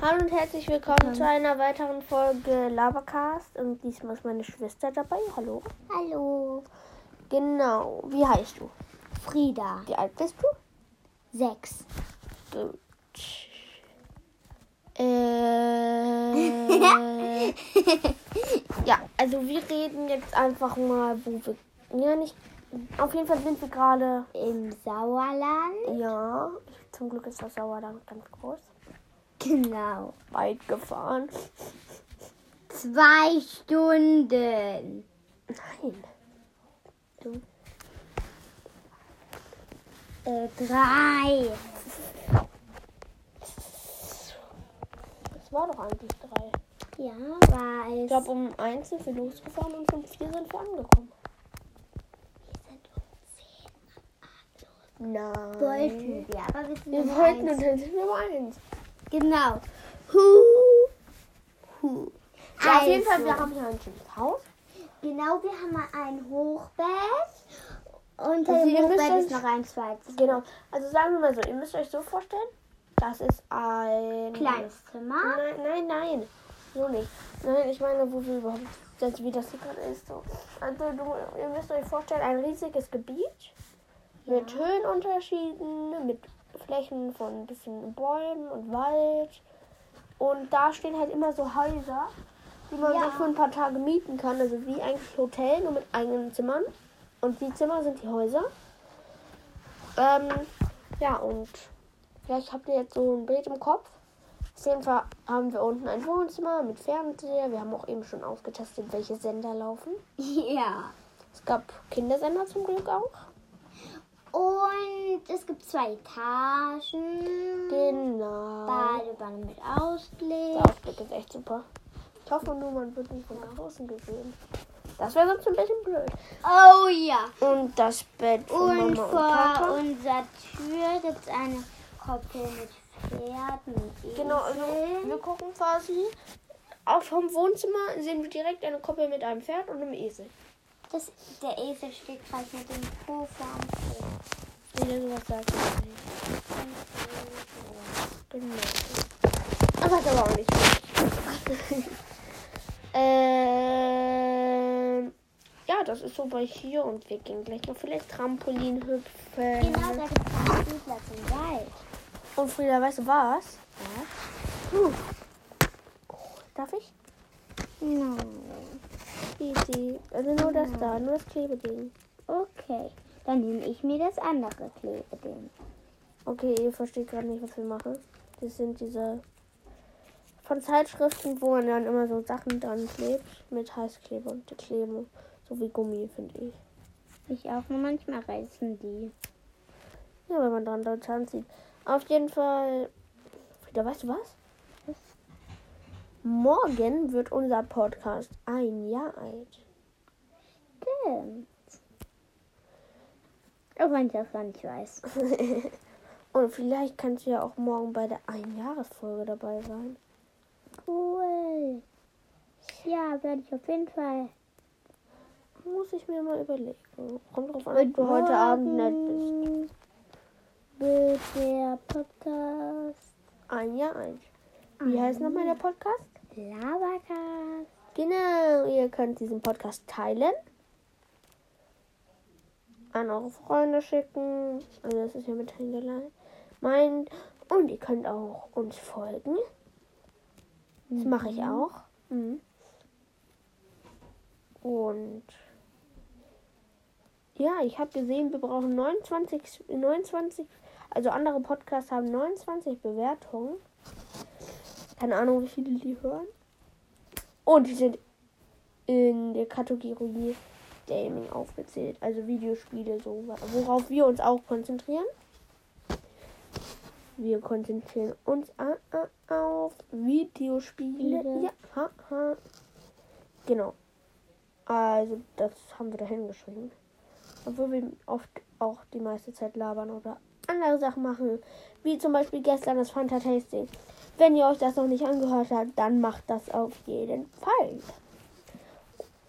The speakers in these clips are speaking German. Hallo und herzlich willkommen zu einer weiteren Folge Labercast. Und diesmal ist meine Schwester dabei. Hallo. Hallo, Genau. Wie heißt du? Frieda. Wie alt bist du? Sechs. Gut. Äh, ja, also wir reden jetzt einfach mal, wo wir. Ja, nicht. Auf jeden Fall sind wir gerade. Im Sauerland? Ja, zum Glück ist das Sauerland ganz groß. Genau. Weit gefahren. Zwei Stunden. Nein. Äh, drei. Das war doch eigentlich drei. Ja, weiß. Ich glaube, um eins sind wir losgefahren und um vier sind wir angekommen. um Nein. wollten wir, aber wir sind Wir um wollten und eins. dann sind wir um eins. Genau. Hu. Hu. Ja, auf jeden Also, Fall, wir haben hier ein schönes Haus. Genau, wir haben mal ein Hochbett. Unter Also dem ihr müsst Hochbett euch- ist noch ein zweites. Genau. Also sagen wir mal so, ihr müsst euch so vorstellen, das ist ein... Kleines Zimmer. Nein, nein, nein. So nicht. Nein, ich meine, wo wir überhaupt... Das, wie das hier gerade ist. So. Also du, ihr müsst euch vorstellen, ein riesiges Gebiet mit Höhenunterschieden, mit Flächen von ein bisschen Bäumen und Wald. Und da stehen halt immer so Häuser, die man Ja. sich für ein paar Tage mieten kann. Also wie eigentlich Hotel, nur mit eigenen Zimmern. Und die Zimmer sind die Häuser. Ähm, ja, und vielleicht habt ihr jetzt so ein Bild im Kopf. Auf jeden Fall haben wir unten ein Wohnzimmer mit Fernseher. Wir haben auch eben schon ausgetestet, welche Sender laufen. Ja. Es gab Kindersender zum Glück auch. Und es gibt zwei Etagen. Genau. Badewanne mit Ausblick. Der Ausblick ist echt super. Ich hoffe nur, man wird nicht von draußen gesehen. Das wäre sonst ein bisschen blöd. Oh ja. Und das Bett von Und Mama und vor Papa. unserer Tür gibt es eine Koppel mit Pferden. und Genau, also Eseln. wir gucken quasi. Auch vom Wohnzimmer sehen wir direkt eine Koppel mit einem Pferd und einem Esel. Das, der Esel steht gerade mit dem Po vorm Pferd. Jeder sowas sagt. Genau. Aber hat aber auch nicht. ähm, ja, das ist so bei hier und wir gehen gleich noch vielleicht Trampolin hüpfen. Genau, da gibt es einen Spielplatz im Wald. Und Frieda, weißt du was? Hm. Darf ich? Easy. Also nur das da, nur das Klebeding. Okay, dann nehme ich mir das andere Klebeding. Okay, ihr versteht gerade nicht, was wir machen. Das sind diese von Zeitschriften, wo man dann immer so Sachen dran klebt mit Heißkleber und die kleben. So wie Gummi, finde ich. Ich auch, nur manchmal reißen die. Ja, wenn man dran Deutsch anzieht. Auf jeden Fall. Frieda, weißt du was? Morgen wird unser Podcast ein Jahr alt. Stimmt. Oh, Auch wenn ich das gar nicht weiß. Und vielleicht kannst du ja auch morgen bei der Einjahresfolge dabei sein. Cool. Ja, werde ich auf jeden Fall. Muss ich mir mal überlegen. Kommt drauf an, ob du heute Abend nett bist. Morgen Wird der Podcast Ein Jahr alt. Wie heißt nochmal der Podcast? Labercast. Genau, ihr könnt diesen Podcast teilen. An eure Freunde schicken. Also das ist ja mit Händelein. Mein. Und ihr könnt auch uns folgen. Das mache ich auch. Mhm. Und ja, ich habe gesehen, wir brauchen 29, 29, also andere Podcasts haben 29 Bewertungen. Keine Ahnung, wie viele die hören. Und die sind in der Kategorie Gaming aufgezählt, also Videospiele, so worauf wir uns auch konzentrieren. Wir konzentrieren uns a- a- auf Videospiele. Spiele. Ja, ha, ha. Genau. Also, das haben wir da hingeschrieben. Obwohl wir oft auch die meiste Zeit labern oder andere Sachen machen. Wie zum Beispiel gestern das Fanta Tasting. Wenn ihr euch das noch nicht angehört habt, dann macht das auf jeden Fall.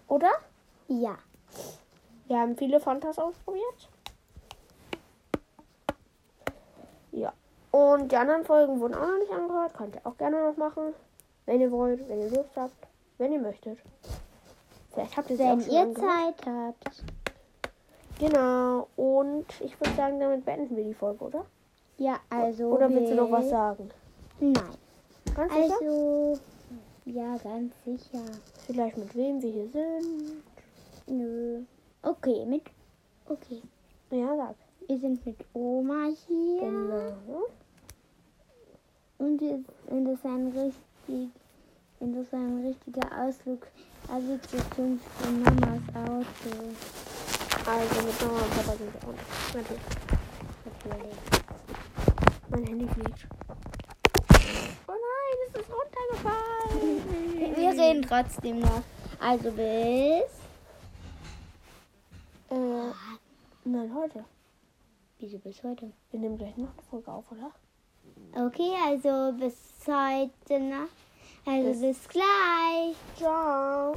Oder? Ja. Wir haben viele Fantas ausprobiert. Ja. Und die anderen Folgen wurden auch noch nicht angehört. Könnt ihr auch gerne noch machen. Wenn ihr wollt, wenn ihr Lust habt, wenn ihr möchtet. Vielleicht habt ihr sie auch Wenn schon ihr angehört. Zeit habt. Genau. Und ich würde sagen, damit beenden wir die Folge, oder? Ja, also. Oder willst du noch was Bill? sagen? Nein. Ganz sicher? Also. Ja, ganz sicher. Vielleicht mit wem wir hier sind. Nö. Okay, mit. Okay. Ja, sag. Wir sind mit Oma hier. Genau. Und, wir, und das ist ein richtig. Und das ist ein richtiger Ausflug. Also zu fünf in Mamas Auto. Also mit Mama und Papa sind wir auch noch. Natürlich. Natürlich. Mein Handy fliegt. Oh nein, es ist runtergefallen. Wir reden trotzdem noch. Also bis. Äh, nein, heute. Wieso bis heute? Wir nehmen gleich noch eine Folge auf, oder? Okay, also bis heute Nacht. Also bis gleich. Ciao.